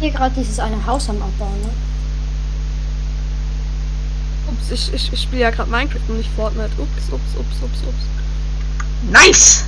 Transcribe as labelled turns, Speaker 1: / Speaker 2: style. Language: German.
Speaker 1: hier gerade dieses eine Haus am Abbauen, ne?
Speaker 2: Ups, ich, ich, ich spiele ja gerade Minecraft und nicht Fortnite. Ups, ups, ups, ups, ups.
Speaker 3: Nice!